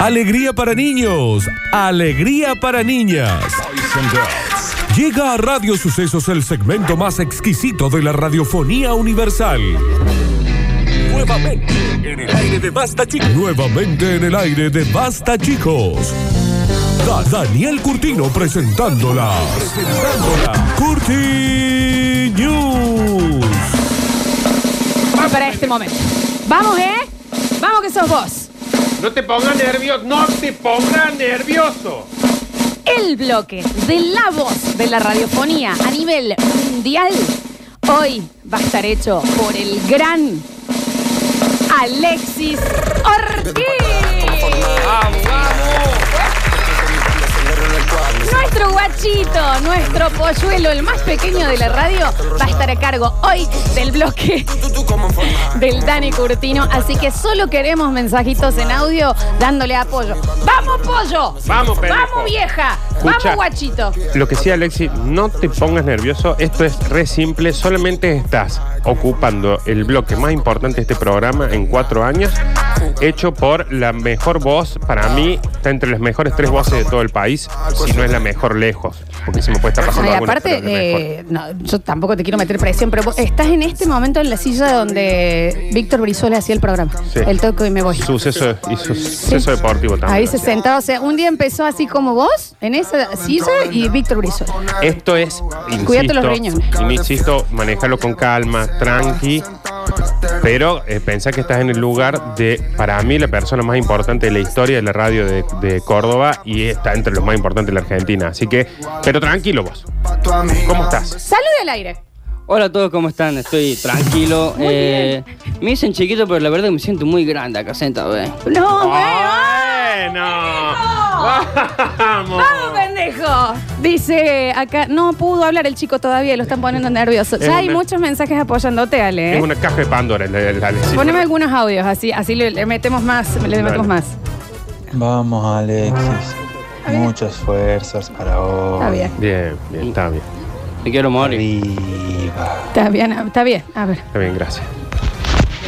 Alegría para niños, alegría para niñas. Llega a Radio Sucesos el segmento más exquisito de la radiofonía universal. Nuevamente en el aire de Basta Chicos. Nuevamente en el aire de Basta Chicos. Da- Daniel Curtino presentándola. Presentándola. Curti News. para este momento. Vamos, ¿eh? Vamos que sos vos. No te pongas nervioso, no te pongas nervioso. El bloque de la voz de la radiofonía a nivel mundial hoy va a estar hecho por el gran Alexis Ortiz. ¡Vamos, vamos! Nuestro guachito, nuestro polluelo, el más pequeño de la radio, va a estar a cargo hoy del bloque del Dani Curtino. Así que solo queremos mensajitos en audio dándole apoyo. ¡Vamos, pollo! Vamos, pendejo. ¡Vamos, vieja! Escucha. ¡Vamos, guachito! Lo que sí, Alexi, no te pongas nervioso. Esto es re simple. Solamente estás ocupando el bloque más importante de este programa en cuatro años, hecho por la mejor voz. Para mí, está entre las mejores tres voces de todo el país, si no es la mejor lejos. Porque se me puede estar No, pasando y alguna, aparte, pero la mejor. eh, no, yo tampoco te quiero meter presión, pero vos estás en este momento en la silla donde Víctor Brizuela hacía el programa. Sí. El toco y me voy. Suceso y suceso Sí. deportivo también. Ahí se sentaba, o sea, un día empezó así como vos, en esa silla, y Víctor Brizuela. Esto es, Cuídate insisto, los riñones. insisto, manejarlo con calma, tranqui, pero eh, pensá que estás en el lugar de, para mí, la persona más importante de la historia de la radio de, de Córdoba y está entre los más importantes de la Argentina. Así que, pero tranquilo vos. ¿Cómo estás? Salud al aire. Hola a todos, ¿cómo están? Estoy tranquilo. Muy Eh, Me dicen chiquito, pero la verdad que me siento muy grande acá sentado. eh. No, güey. Bueno, vamos. ¡Vamos, pendejo! Dice acá, no pudo hablar el chico todavía, lo están poniendo nervioso. Es Ya hay una- muchos mensajes apoyándote, Ale. Es ¿eh? una caja de Pandora, el, el Alexis. Poneme algunos audios, así, así le, le metemos más, le Dale. metemos más. Vamos, Alexis. bien. Muchas fuerzas para hoy. Está bien, Bien, bien, está bien. Me quiero morir. Arriba. está bien, está bien. A ver. Está bien, gracias.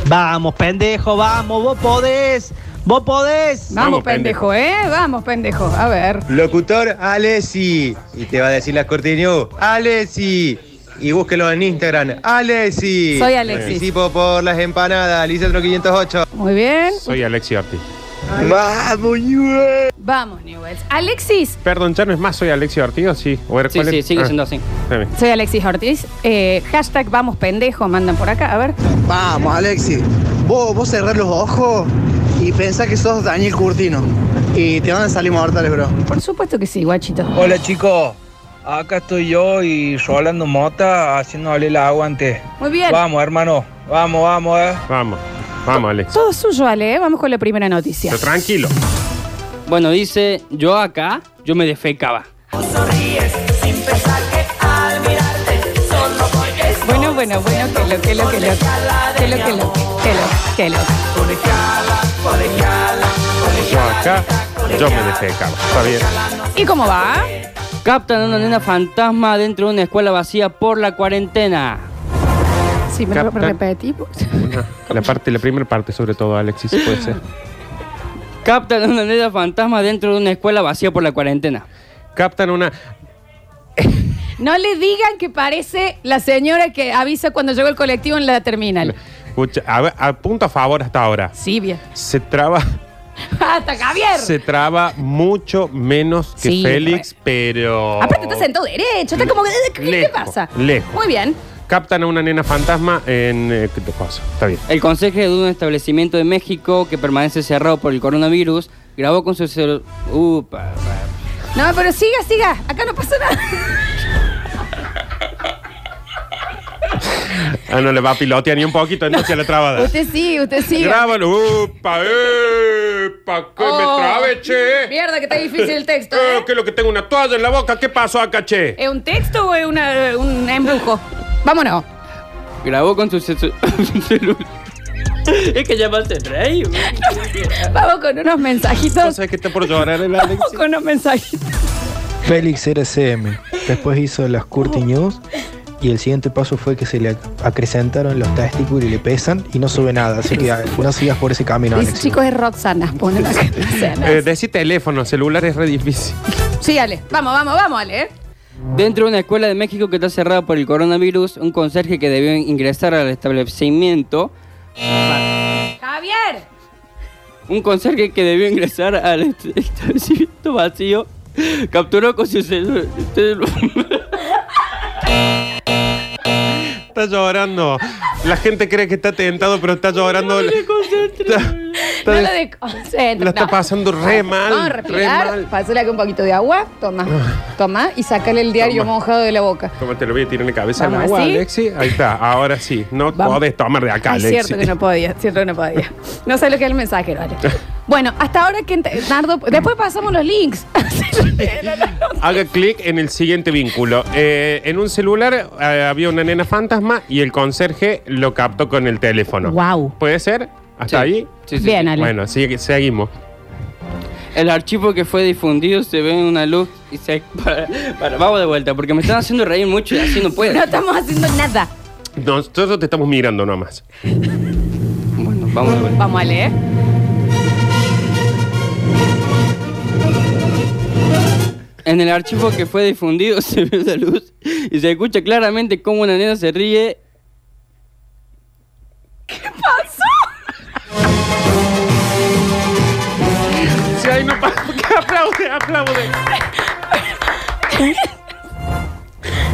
Vamos, pendejo, vamos, vos podés, vos podés. Vamos, Vamos, pendejo, ¿eh? Vamos, pendejo. A ver. Locutor Alessi. Y te va a decir la cortinio. Alessi. Y búsquelo en Instagram. Alessi. Soy Alexis. Participo por las empanadas. Lisandro 508. Muy bien. Soy Alexis Ortiz. Vamos, Vamos, Newells. Alexis. Perdón, ¿ya no es más soy Alexis Ortiz o sí? O era- Sí, ¿cuál sí, es? sigue Ah, siendo así. está bien. Soy Alexis Ortiz. Eh, hashtag vamos pendejo, mandan por acá. A ver. Vamos, Alexis. Vos, vos cerrás los ojos y pensás que sos Daniel Curtino. Y te van a salir mortales, bro. Por supuesto que sí, guachito. Hola chicos, acá estoy yo y Rolando Mota haciéndole el aguante. Muy bien. Vamos hermano, vamos, vamos. Eh. Vamos, vamos, Alex. Todo suyo, Ale. ¿eh? Vamos con la primera noticia. Pero tranquilo. Bueno, dice, yo acá, yo me defecaba. Bueno, bueno, bueno, que lo, que lo, que lo. Que lo, que lo, que lo, que lo. Yo acá, yo me defecaba. Está bien. ¿Y cómo va? Captan a una nena fantasma dentro de una escuela vacía por la cuarentena. Si me lo Capta. repetimos. La parte, la primera parte sobre todo, Alexis, puede ser. Captan a una nena fantasma dentro de una escuela vacía por la cuarentena. Captan una... No le digan que parece la señora que avisa cuando llegó el colectivo en la terminal. Escucha, a, ver, a punto a favor hasta ahora. Sí, bien. Se traba, ¡Hasta Javier! se traba mucho menos que Sí, Félix, pero... Aparte está sentado derecho, está como... ¿Qué, qué Lejos, pasa? lejos. Muy bien. Captan a una nena fantasma en... eh, ¿Qué te pasa? Está bien. El conserje de un establecimiento de México que permanece cerrado por el coronavirus grabó con su celular. Upa. No, pero siga, siga. Acá no pasa nada. Ah, no le va a pilotear ni un poquito, entonces la trabada. Usted sí, usted sí. Grábalo. ¡Upa! ¡Epa! ¡Que Oh, me trabe, che! Mierda, que está difícil el texto. Eh, ¿eh? ¿Qué es lo que tengo una toalla en la boca? ¿Qué pasó acá, che? ¿Es un texto o es una, eh, un embrujo? Vámonos. Grabó con su celular. es que ya me hace reír. Vamos con unos mensajitos. que está por llorar el Vamos con unos mensajitos. Félix era CM. Después hizo las Curti News y el siguiente paso fue que se le acrecentaron los testículos y le pesan y no sube nada. Así que ah, no sigas por ese camino, Dice, Alex. chicos, es Roxana. Ponen acá. O sea, no. Eh, decir teléfono, celular es re difícil. Sí, Ale. Vamos, vamos, vamos, Ale. ¿eh? Dentro de una escuela de México que está cerrada por el coronavirus, un conserje que debió ingresar al establecimiento, Javier. un conserje que debió ingresar al est- establecimiento vacío, capturó con su celu- celu- Está llorando. La gente cree que está tentado, pero está llorando. Está- está No des- lo desconcentres. la está pasando re mal, Vamos a re respirar. mal. Pasale acá un poquito de agua. Toma. Toma. Y sacale el diario Toma. mojado de la boca. ¿Cómo te lo voy a tirar en la cabeza al Vamos agua, así. Alexi? Ahí está, ahora sí. No Vamos. podés tomar de acá, es Alexi. cierto que no podía, cierto que no podía. No sé lo que es el mensaje, vale. Bueno, hasta ahora que ent- Nardo. Después pasamos los links. Haga clic en el siguiente vínculo. Eh, en un celular eh, había una nena fantasma y el conserje lo captó con el teléfono. Wow. ¿Puede ser? ¿Hasta ahí? Sí, sí, Bien, sí. Ale. Bueno, sigue- seguimos. El archivo que fue difundido se ve en una luz y se... Para, para- vamos de vuelta, porque me están haciendo reír mucho y así no puedo. No estamos haciendo nada. Nosotros te estamos mirando nomás. Bueno, vamos de vuelta. Vamos ¿eh? a leer. En el archivo que fue difundido se ve la luz y se escucha claramente cómo una nena se ríe. Sí, ahí no pa- que aplaude, aplaude.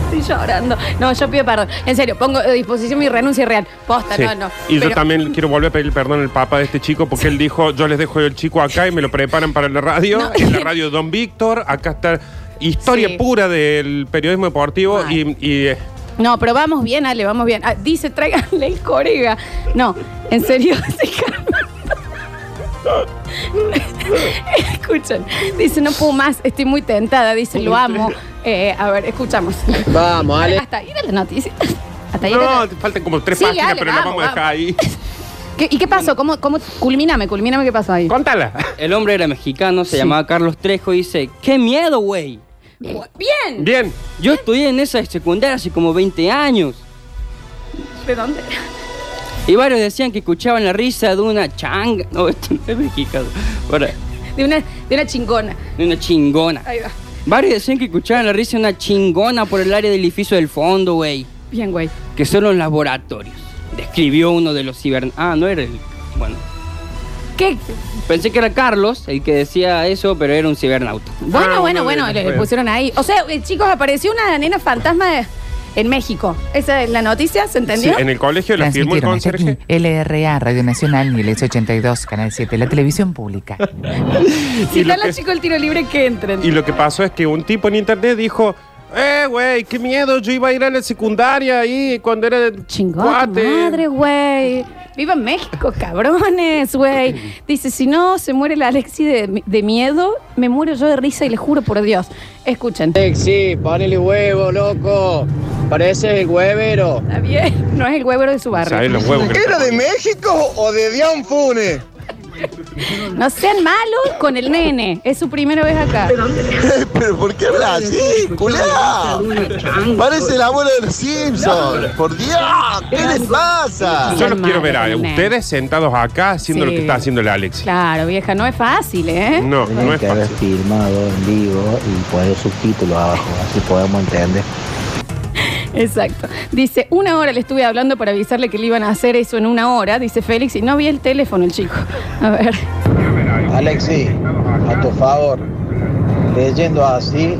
Estoy llorando. No, yo pido perdón. En serio, pongo a disposición mi renuncia real. Posta, Sí. Ah, no, no. Y Pero- yo también quiero volver a pedir perdón al papá de este chico porque él dijo, yo les dejo el chico acá y me lo preparan para la radio. No. En la radio Don Víctor, acá está historia Sí. pura del periodismo deportivo Mal. y... y, eh, No, pero vamos bien, Ale, vamos bien. Ah, dice, tráiganle el corega. No, en serio, se calma. Escuchan. Dice, no puedo más, estoy muy tentada. Dice, lo amo. Eh, a ver, escuchamos. Vamos, Ale. Hasta ahí era la noticia. Hasta ahí era no, la- te faltan como tres Sí, páginas, dale, pero la vamos, vamos a dejar ahí. ¿Qué- ¿Y qué pasó? ¿Cómo, cómo? Culmíname, culmíname qué pasó ahí. Contala. El hombre era mexicano, se Sí. llamaba Carlos Trejo y dice, ¡qué miedo, güey! Bien. Bien. Yo estudié en esa secundaria hace como 20 años. ¿De dónde? Y varios decían que escuchaban la risa de una changa. No, esto no es mexicano. Para, De una, de una chingona. de una chingona. Ahí va. Varios decían que escuchaban la risa de una chingona por el área del edificio del fondo, güey. Bien, güey. Que son los laboratorios. Describió uno de los ciber... Ah, no era el... Bueno, ¿Qué? pensé que era Carlos el que decía eso, pero era un cibernauta. Bueno, Ah, bueno, uno de bueno, los le, le juegos. pusieron ahí. O sea, eh, chicos, apareció una nena fantasma de- en México. Esa es la noticia, ¿se entendió? Sí, en el colegio la firmó el Transmitieron hasta conserje. aquí LRA, Radio Nacional, 1082, Canal 7, la televisión pública. si y lo están los que- chicos el tiro libre, que entren. Y lo que pasó es que un tipo en internet dijo, eh, güey, qué miedo, yo iba a ir a la secundaria ahí cuando era de Chingón, tu madre, güey. Viva México, cabrones, güey. Dice, si no se muere la Alexi de, de miedo, me muero yo de risa y le juro por Dios. Escuchen. Alexi, ponele huevo, loco. Parece el huevero. Está bien, no es el huevero de su ¿Sabes barrio. los huevos que- ¿Era de México o de Dian Funes? No sean malos con el nene. Es su primera vez acá. ¿Pero por qué habla así, culá? Parece el abuelo de los Simpsons. Por Dios, ¿qué les pasa? Yo los Madre quiero ver a mía. ustedes sentados acá haciendo Sí. lo que está haciendo el Alex. Claro, vieja, no es fácil, ¿eh? No, no es que haber fácil. filmado en vivo y poner subtítulos abajo, así podemos entender. Exacto. Dice, una hora le estuve hablando para avisarle que le iban a hacer eso en una hora. Dice Félix, y no vi el teléfono el chico. A ver. Alexi, a tu favor. Leyendo así,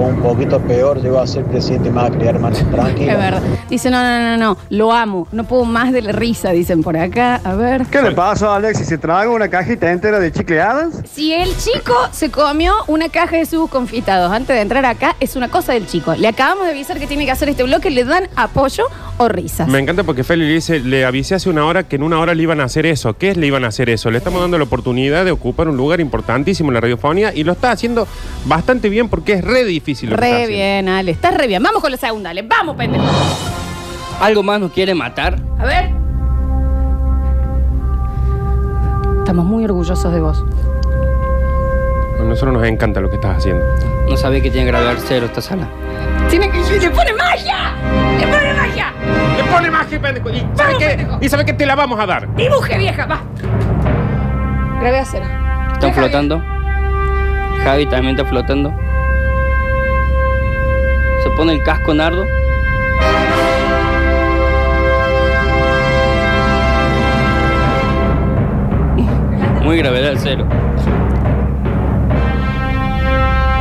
o un poquito peor, llegó a ser presidente Macri, hermano. Es Tranquilo. verdad. Dice, no, no, no, no, lo amo. No puedo más de la risa, dicen por acá. A ver. ¿Qué le pasa, Alexis? ¿Se traga una cajita entera de chicleadas? Si el chico se comió una caja de sus confitados antes de entrar acá, es una cosa del chico. Le acabamos de avisar que tiene que hacer este bloque, le dan apoyo o risas. Me encanta porque Feli le dice, le avisé hace una hora que en una hora le iban a hacer eso. ¿Qué es le iban a hacer eso? Le estamos dando la oportunidad de ocupar un lugar importantísimo en la radiofonía y lo está haciendo bastante bien porque es re difícil. lo que está Re haciendo. bien, Ale. Estás re bien. Vamos con la segunda, Ale. Vamos, pendejo. ¿Algo más nos quiere matar? A ver. Estamos muy orgullosos de vos. A nosotros nos encanta lo que estás haciendo. No sabe que tiene que graduarse de esta sala. Tiene que. ¡Le pone magia! ¡Le pone magia! Le pone magia, pendejo. ¿Y sabe qué? ¿Y sabe qué? Te la vamos a dar. ¡Dibuje, vieja! ¡Va! Grabé a cero. Están flotando. Javi también está flotando. Se pone el casco nardo. Muy gravedad cero.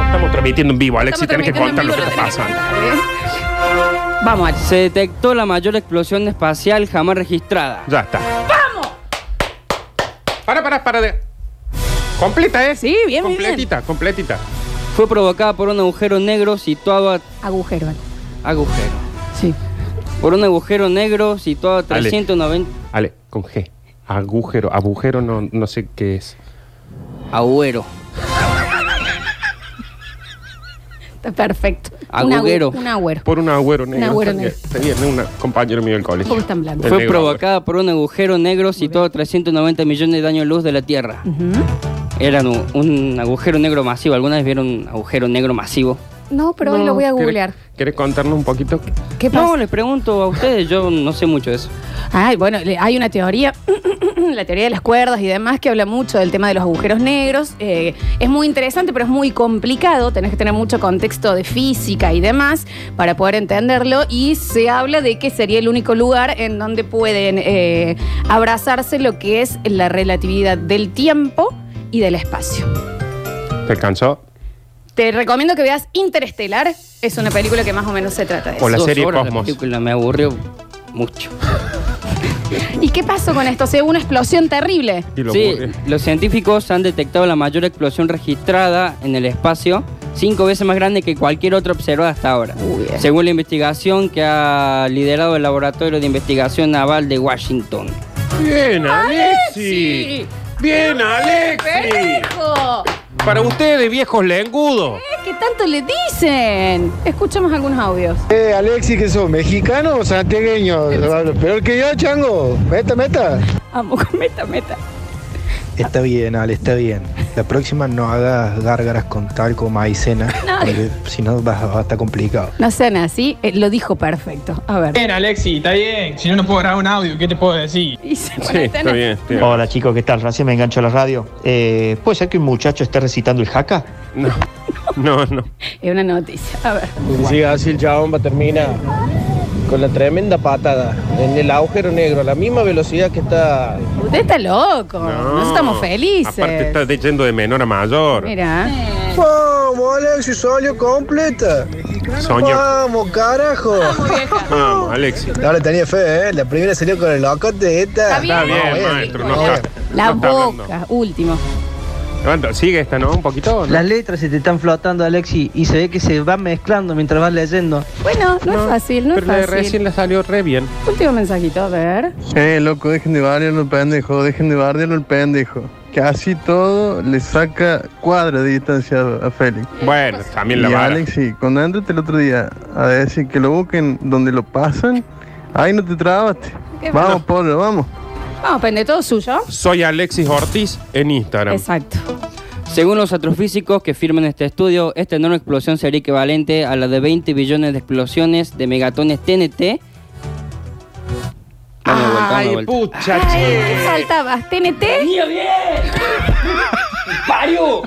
Estamos transmitiendo en vivo, Alexi. Estamos Tenés que transmitiendo contar en lo que vivo, está lo tenés pasando. Vamos, Ari. Se detectó la mayor explosión espacial jamás registrada. Ya está. ¡Vamos! Para, para, para. de- Completa, ¿eh? Sí, bien, bien, Completita, completita. Fue provocada por un agujero negro situado a Agujero. agujero. Sí. Por un agujero negro situado a Ale. 390. Ale, con G. Agujero. Agujero no, no sé qué es. Agüero. Está perfecto. Un agu- Agujero. Un agüero. Por un agüero negro. agujero Está negro. bien, Está bien, un compañero mío del colegio. ¿Cómo están blancos? El Fue negro provocada por un agujero negro situado a 390 millones de años luz de la Tierra. Ujú. Era un, un agujero negro masivo. ¿Alguna vez vieron un agujero negro masivo? No, pero hoy lo voy a ¿quieres- googlear. ¿Quieres contarnos un poquito? ¿Qué pasa? No, les pregunto a ustedes, yo no sé mucho de eso. Ay, bueno, le- hay una teoría, la teoría de las cuerdas y demás, que habla mucho del tema de los agujeros negros. Eh, es muy interesante, pero es muy complicado. Tenés que tener mucho contexto de física y demás para poder entenderlo. Y se habla de que sería el único lugar en donde pueden eh, abrazarse lo que es la relatividad del tiempo y del espacio. ¿Te alcanzó? Te recomiendo que veas Interestelar. Es una película que más o menos se trata de eso. O la Dos serie horas Cosmos. La película me aburrió mucho. ¿Y qué pasó con esto? Se dio una explosión terrible. sí, los científicos han detectado la mayor explosión registrada en el espacio, cinco veces más grande que cualquier otra observada hasta ahora. eh. Según la investigación que ha liderado el Laboratorio de Investigación Naval de Washington. Bien, Alexi. Bien, Alexi. ¡Perro! Para ustedes, viejos lengudos. ¿Qué tanto le dicen? Escuchamos algunos audios. Eh, Alexi, que sos mexicano o santiagueño? Peor que yo, chango. Meta, meta. Amo con meta, meta. Está bien, Ale, está bien. La próxima no hagas gárgaras con talco maicena, No. porque si no vas, vas a estar complicado. No sean así, eh, lo dijo perfecto. A ver. Bien, Alexi, está bien. Si no, no puedo grabar un audio, ¿qué te puedo decir? Hola chicos, ¿qué tal? Recién me engancho a la radio. Eh, ¿Puede ser que un muchacho esté recitando el jaca? No, no, no. Es una noticia. A ver. Si sigue así el chabón va a terminar con la tremenda patada en el agujero negro, a la misma velocidad que está... Usted está loco. Nosotros estamos felices. Aparte, está yendo de menor a mayor. Mira. Vamos, Alexi, sueño completa. Soñó. Vamos, carajo. Vamos, Alexi. No le tenía fe, ¿eh? La primera salió con el locote esta. Está bien, maestro. No está, La no está hablando. boca, último. Levanta, sigue esta, ¿no? Un poquito. ¿o no? Las letras se te están flotando, Alexi, y se ve que se van mezclando mientras vas leyendo. Bueno, no, es fácil, no es Pero la de fácil. recién la salió re bien. Último mensajito, a ver. Eh, loco, dejen de bardearlo el pendejo, dejen de bardearlo el pendejo. Que así todo le saca cuadra de distancia a- a Félix. Bueno, también la y vara. Alex, sí, cuando entraste el otro día a decir que lo busquen donde lo pasan, ahí no te trabaste. Qué bueno. Vamos, Pablo, vamos. Vamos, pende todo suyo. Soy Alexis Ortiz en Instagram. Exacto. Según los astrofísicos que firman este estudio, esta enorme explosión sería equivalente a la de 20 billones de explosiones de megatones TNT. Dame vuelta, dame Ay, vuelta. pucha, Ay, ¿qué faltabas? ¿TNT? ¡Mío bien! ¡Pario!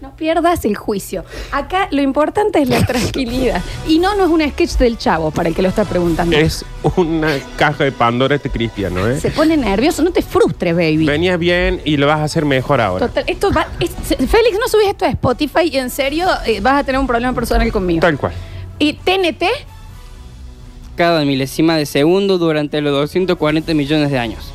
No pierdas el juicio. Acá lo importante es la tranquilidad. Y no, no es un sketch del chavo, para el que lo está preguntando. Es una caja de Pandora este cristiano, ¿eh? Se pone nervioso, no te frustres, baby. Venías bien y lo vas a hacer mejor ahora. Total, esto va, es- se- Félix, no subís esto a Spotify y en serio eh, vas a tener un problema personal conmigo. Eh, Tal cual. Y TNT, Cada milésima de segundo durante los 240 millones de años.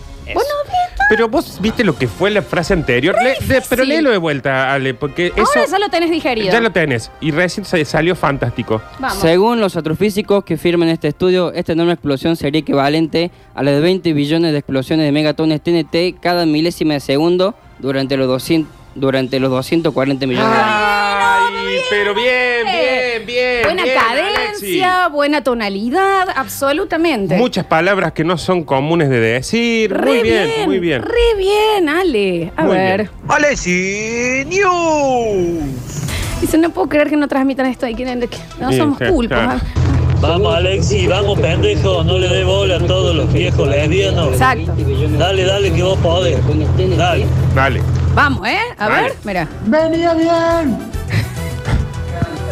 Pero vos viste lo que fue la frase anterior. Le- de- pero léelo de vuelta, Ale, porque ahora eso ya lo tenés digerido. ya lo tenés. Y recién se salió fantástico. Vamos. Según los astrofísicos que firman este estudio, esta enorme explosión sería equivalente a las de 20 billones de explosiones de megatones TNT cada milésima de segundo durante los 200 durante los 240 millones de años. Ay, pero bien, bien, bien. buena bien, cadencia, buena tonalidad, absolutamente. Alexi. Muchas palabras que no son comunes de decir. muy Re bien, muy bien. Re bien, Ale. A Muy ver. bien. Alexi News. Dice, no puedo creer que no transmitan esto y quieren que no Sí, somos sí, culpos. claro. Vamos, Alexi, vamos, pendejo. No le dé bola a todos los viejos lesbianos. Exacto. Dale, dale, que vos podés. Dale. Dale. Vamos, ¿eh? A Dale. ver, mira. Venía bien.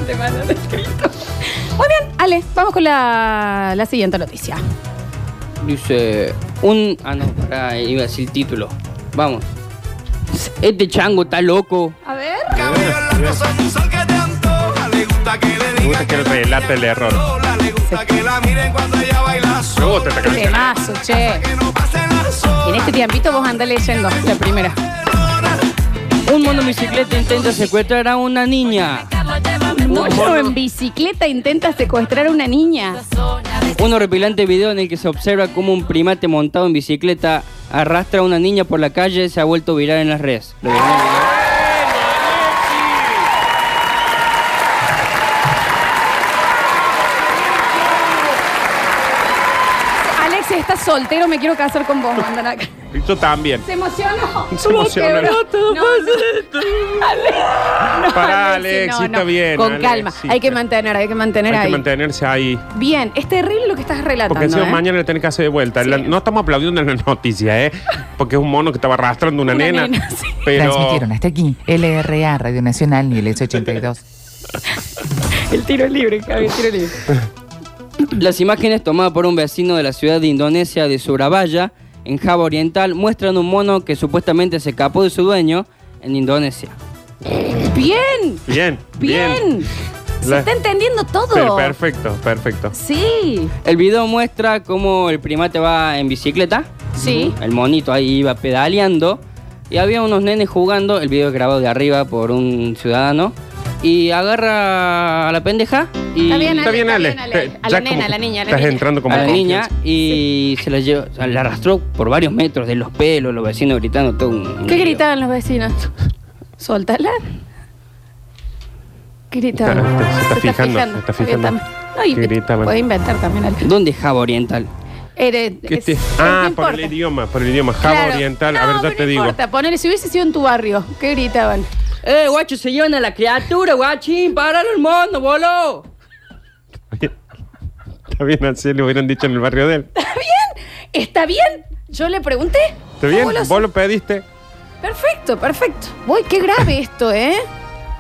Te mandan escrito. Muy bien, Ale, vamos con la, la siguiente noticia. Dice. Un. Ah, no, pará, iba a decir el título. Vamos. Este chango está loco. A ver. Me gusta que relata el error. Me gusta esta canción. Temazo, che. En este tiempito vos andás leyendo la primera. Un mono en bicicleta intenta secuestrar a una niña. Mono en bicicleta intenta secuestrar a una niña. Un horripilante video en el que se observa cómo un primate montado en bicicleta arrastra a una niña por la calle se ha vuelto viral en las redes. Lo vieron en el video. Alex, estás soltero, me quiero casar con vos, mandan acá. Y Yo también. Se emocionó. Se No, emocionó. no, no. Ale- no, Pará, Alexi, Alexi, está bien, Con calma. Alexi. Hay que mantener, hay que mantener Hay ahí. que mantenerse ahí. Bien, es terrible lo que estás relatando. Porque si no, ¿eh? mañana le tenés que hacer de vuelta. La- no estamos aplaudiendo en la noticia, ¿eh? Porque es un mono que estaba arrastrando una, Una nena. nena, Pero. Transmitieron hasta aquí. LRA, Radio Nacional, nivel 82. El tiro libre, Javi, el tiro libre. Las imágenes tomadas por un vecino de la ciudad de Indonesia de Surabaya, en Java Oriental, muestran un mono que supuestamente se escapó de su dueño en Indonesia. Bien, Bien, bien. Se La- está entendiendo todo. Pero Perfecto, perfecto. Sí. El video muestra cómo el primate va en bicicleta. Sí. El monito ahí iba pedaleando. Y había unos nenes jugando. El video es grabado de arriba por un ciudadano. Y agarra a la pendeja. Y Está bien, Ale, Está bien, está Ale. bien, Ale. Te- A la ya nena, como a la niña, a la estás niña. entrando como a la en niña. Y se la, llevó, o sea, la arrastró por varios metros de los pelos, los vecinos gritando todo un- un ¿Qué lío. gritaban los vecinos? Suéltala. ¿Qué gritaban? Está- está- se está fijando, se está fijando. No, y ¿Qué gritaban? puede inventar también. Ale. ¿Dónde es Java Oriental? Eres- ¿Qué es- te- no ah, por importa. el idioma, por el idioma. Java Claro. oriental. No, a ver, ya pero te no digo. importa. Ponele, si hubiese sido en tu barrio, ¿qué gritaban? ¡Eh, guacho, se llevan a la criatura, guachín! ¡Páralo el mono, boludo! Está bien, así le hubieran dicho en el barrio de él. ¿Está bien? ¿Está bien? Yo le pregunté. ¿Está bien? Fabuloso. Vos lo pediste. Perfecto, perfecto. Uy, qué grave esto, ¿eh?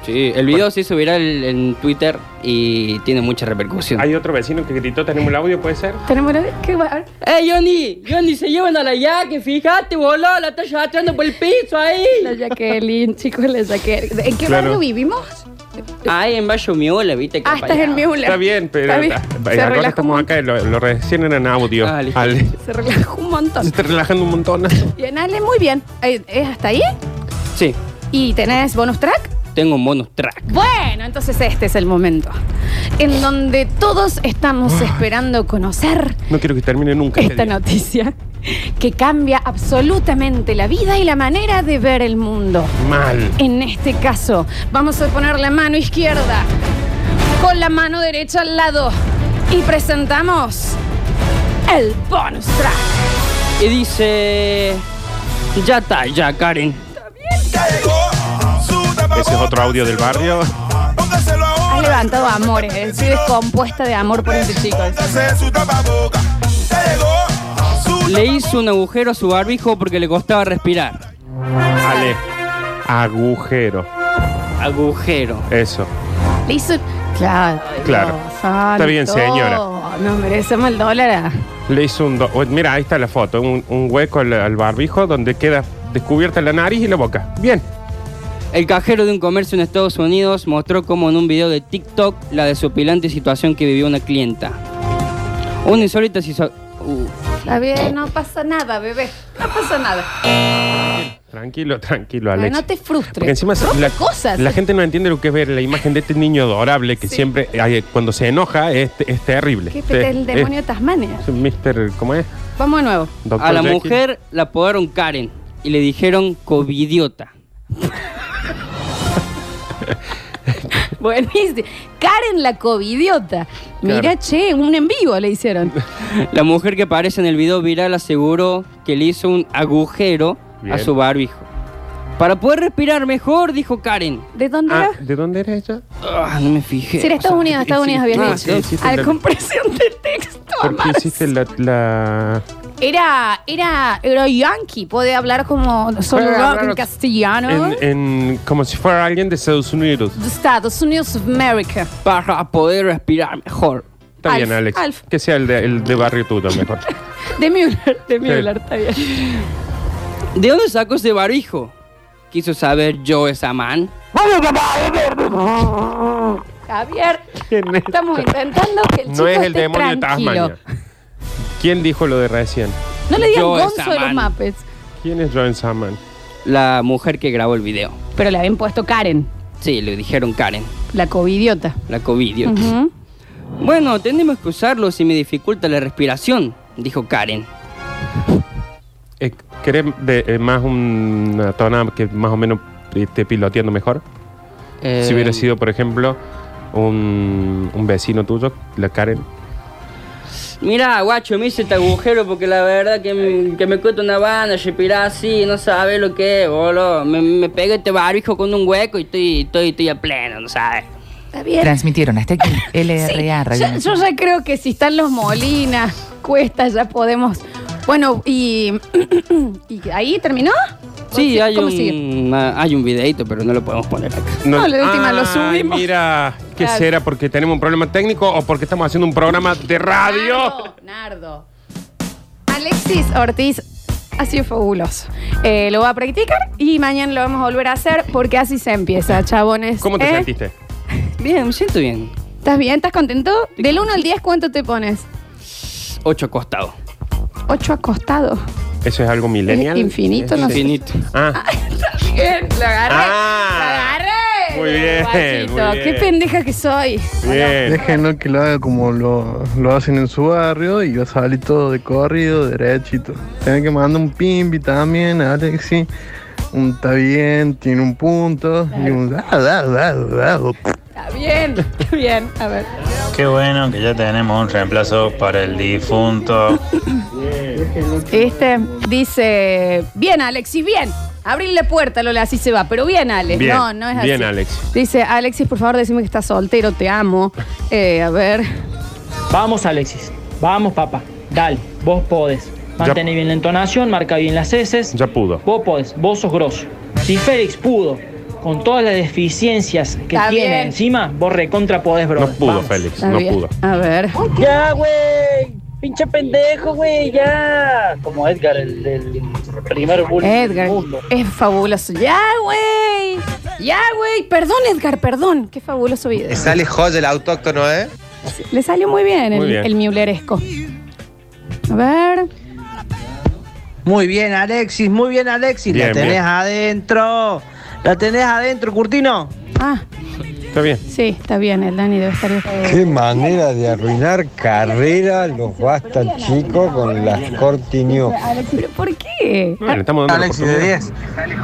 Sí, el video se hizo viral en Twitter y tiene mucha repercusión. Hay otro vecino que gritó, tenemos el audio, ¿puede ser? Tenemos la... ¿Qué va? ¡Eh, Johnny! ¡Johnny, se llevan a la yaque! ¡Fíjate, boludo! ¡La está arrastrando por el piso ahí! La Jacqueline, chicos, la Jacqueline. ¿En qué Claro. barrio vivimos? Ay, en Bayo Miola, viste que Ah, estás en Miola. Está bien, pero Está bien. ah, Se ahora relajó Ah, estamos acá, y lo, lo recién eran audio. Ale. Se relajó un Se montón. está relajando un montón. Bien, Ale, muy bien. Eh, ¿Es hasta ahí? Sí, ¿Y tenés bonus track? tengo un bonus track. Bueno, entonces este es el momento en donde todos estamos esperando conocer No quiero que termine nunca. este esta día. noticia que cambia absolutamente la vida y la manera de ver el mundo. Mal. En este caso, vamos a poner la mano izquierda con la mano derecha al lado y presentamos el bonus track. Y dice... Ya está, ya, Karen. Ese es otro audio del barrio. Has levantado amores, estoy descompuesta de amor por este chico. Le hizo un agujero a su barbijo porque le costaba respirar. Ale. Agujero. Agujero. Eso. Le hizo. Claro. Claro. Dios santo. bien, señora. No merecemos el dólar. Le hizo un. do- Mira, ahí está la foto. Un, un hueco al, al barbijo donde queda descubierta la nariz y la boca. Bien. El cajero de un comercio en Estados Unidos mostró cómo en un video de TikTok la desopilante situación que vivió una clienta. Una insólita siso- uh, Está bien, no pasa nada, bebé. No pasa nada. Tranquilo, tranquilo, Pero Alex. no te Porque frustres. encima Rompe la, cosas. la gente no entiende lo que es ver la imagen de este niño adorable que siempre, ay, cuando se enoja, es, es terrible. ¿Qué pete el Es- demonio de Tasmania? es Mr. ¿Cómo es? Vamos de nuevo. Doctor A la Jekyll. mujer la apodaron Karen y le dijeron covidiota. Buenísimo. Karen la covidiota. Mira, Claro. che, un en vivo le hicieron. La mujer que aparece en el video viral aseguró que le hizo un agujero Bien. a su barbijo. Para poder respirar mejor, dijo Karen. ¿De dónde Ah, era? ¿De dónde era ella? Ah, no me fijé. Si era Estados Unidos, Estados Unidos había sí, sí, dicho. sí, Al la- compresión de texto. ¿Por qué hiciste la... la... Era, era, era yankee, puede hablar como solo Puede rock hablar en castellano. En, en- como si fuera alguien de Estados Unidos. de Estados Unidos of America. Para poder respirar mejor. Está Alf, bien, Alex. Alf. Que sea el de, el de barrio tuyo mejor. De Müller, de Müller, está bien. ¿De dónde sacó ese barijo? Quiso saber Joe Saman. Javier, estamos intentando que el chico no es el esté demonio de tranquilo. Tasmania. ¿Quién dijo lo de recién? No le digan Joe Gonzo de los Saman. mapes, ¿Quién es Joan Saman? La mujer que grabó el video. pero le habían puesto Karen, Sí, le dijeron Karen, la covidiota. la COVID. Ujú. Bueno, tenemos que usarlo si me dificulta la respiración, dijo Karen. Eh, ¿Querés de- eh, más una tona que más o menos esté piloteando mejor? Eh, Si hubiera sido, por ejemplo, un, un vecino tuyo, la Karen. Mira, guacho, me hice este agujero porque la verdad que, m- que me cuesta una banda respirar así, no sabe lo que es, boludo. Me, me pega este barbijo con un hueco y estoy, estoy, estoy a pleno, no sabes. Está bien. Transmitieron hasta aquí LRA Sí, Radio yo, yo Nacional. ya creo que si están los Molinas, Cuesta, ya podemos. Bueno, y, y ahí terminó. Sí, ¿Cómo hay sigue? un, ah, hay un videito, pero no lo podemos poner acá. No, la última lo Ah, Ay, subimos. Mira, ¿qué Claro. será? ¿Porque tenemos un problema técnico o porque estamos haciendo un programa de radio? Nardo, Nardo. Alexis Ortiz ha sido fabuloso. Eh, lo voy a practicar y mañana lo vamos a volver a hacer porque así se empieza, chabones. ¿Cómo te ¿Eh? sentiste? Bien, Eh, me siento bien. ¿Estás bien? ¿Estás contento? Del 1 al 10, ¿cuánto te pones? Ocho acostados. 8 acostado. ¿Eso es algo millennial? Es infinito, Es no sé. Infinito. Ah, Bien, lo agarré. Ah. lo agarré. Muy bien, Guachito, muy bien. Qué pendeja que soy. bien. Déjenlo que lo haga como lo, lo hacen en su barrio y yo salí todo de corrido, derechito. Tienen que mandar un pimbi también, Alexi. Un está bien, tiene un punto. Y un da, da, da, da. Está bien, está bien. A ver. Qué bueno que ya tenemos un reemplazo para el difunto. Este dice, bien Alexis, bien. Abrir la puerta, Lola, así se va. Pero bien, Alex. Bien, no, no es así. bien, Alex. Dice, Alexis, por favor, decime que estás soltero, te amo. Eh, a ver. Vamos, Alexis. Vamos, papá. Dale, vos podés. Mantén bien la entonación, marca bien las heces. Ya pudo. Vos podés, vos sos grosso. Si Félix pudo, con todas las deficiencias que Está tiene bien. encima, vos recontra podés, bro. No pudo, Félix, Está no bien. pudo. A ver. Ya, güey. Pinche pendejo, güey, ya. Como Edgar, el del primer bullying Edgar, es fabuloso. Ya, güey. Ya, güey. Perdón, Edgar, perdón. Qué fabuloso video. Le Eh, sale joya el autóctono, ¿eh? Le salió muy bien, Muy el, bien. el miuleresco. A ver. Muy bien, Alexis, muy bien, Alexis. Bien, la tenés bien. adentro. La tenés adentro, Curtino. Ah, Está bien. sí, está bien. El Dani debe estar bien. Qué manera de arruinar carrera los basta chicos con las cortiños. ¿Pero por qué? Bueno, estamos dando la Alexis de 10.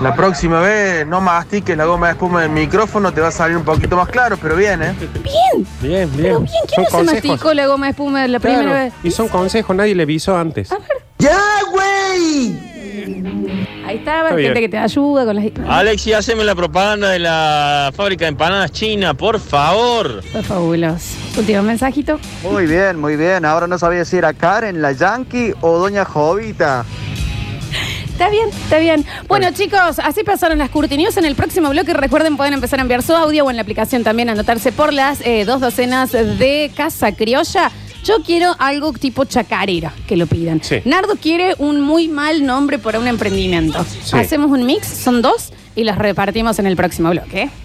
La próxima vez no mastiques la goma de espuma del micrófono, te va a salir un poquito más claro, pero bien, ¿eh? Bien. Bien, bien. Pero bien, ¿quién no se masticó la goma de espuma la Claro, primera vez? Y son consejos, nadie le avisó antes. ¡Ya, güey! Ahí Está estaba, gente bien. que te ayuda con las. Alexi, haceme la propaganda de la fábrica de empanadas china, por favor. Fue fabuloso. Último mensajito. Muy bien, muy bien. Ahora no sabía si era Karen, la Yankee o Doña Jovita. Está bien, está bien. Bueno, chicos, así pasaron las curtinios. En el próximo bloque, recuerden, pueden empezar a enviar su audio o en la aplicación también anotarse por las eh, dos docenas de Casa Criolla. Yo quiero algo tipo chacarera, que lo pidan. Nardo quiere un muy mal nombre para un emprendimiento. Sí. Hacemos un mix, son dos, y las repartimos en el próximo bloque. ¿eh?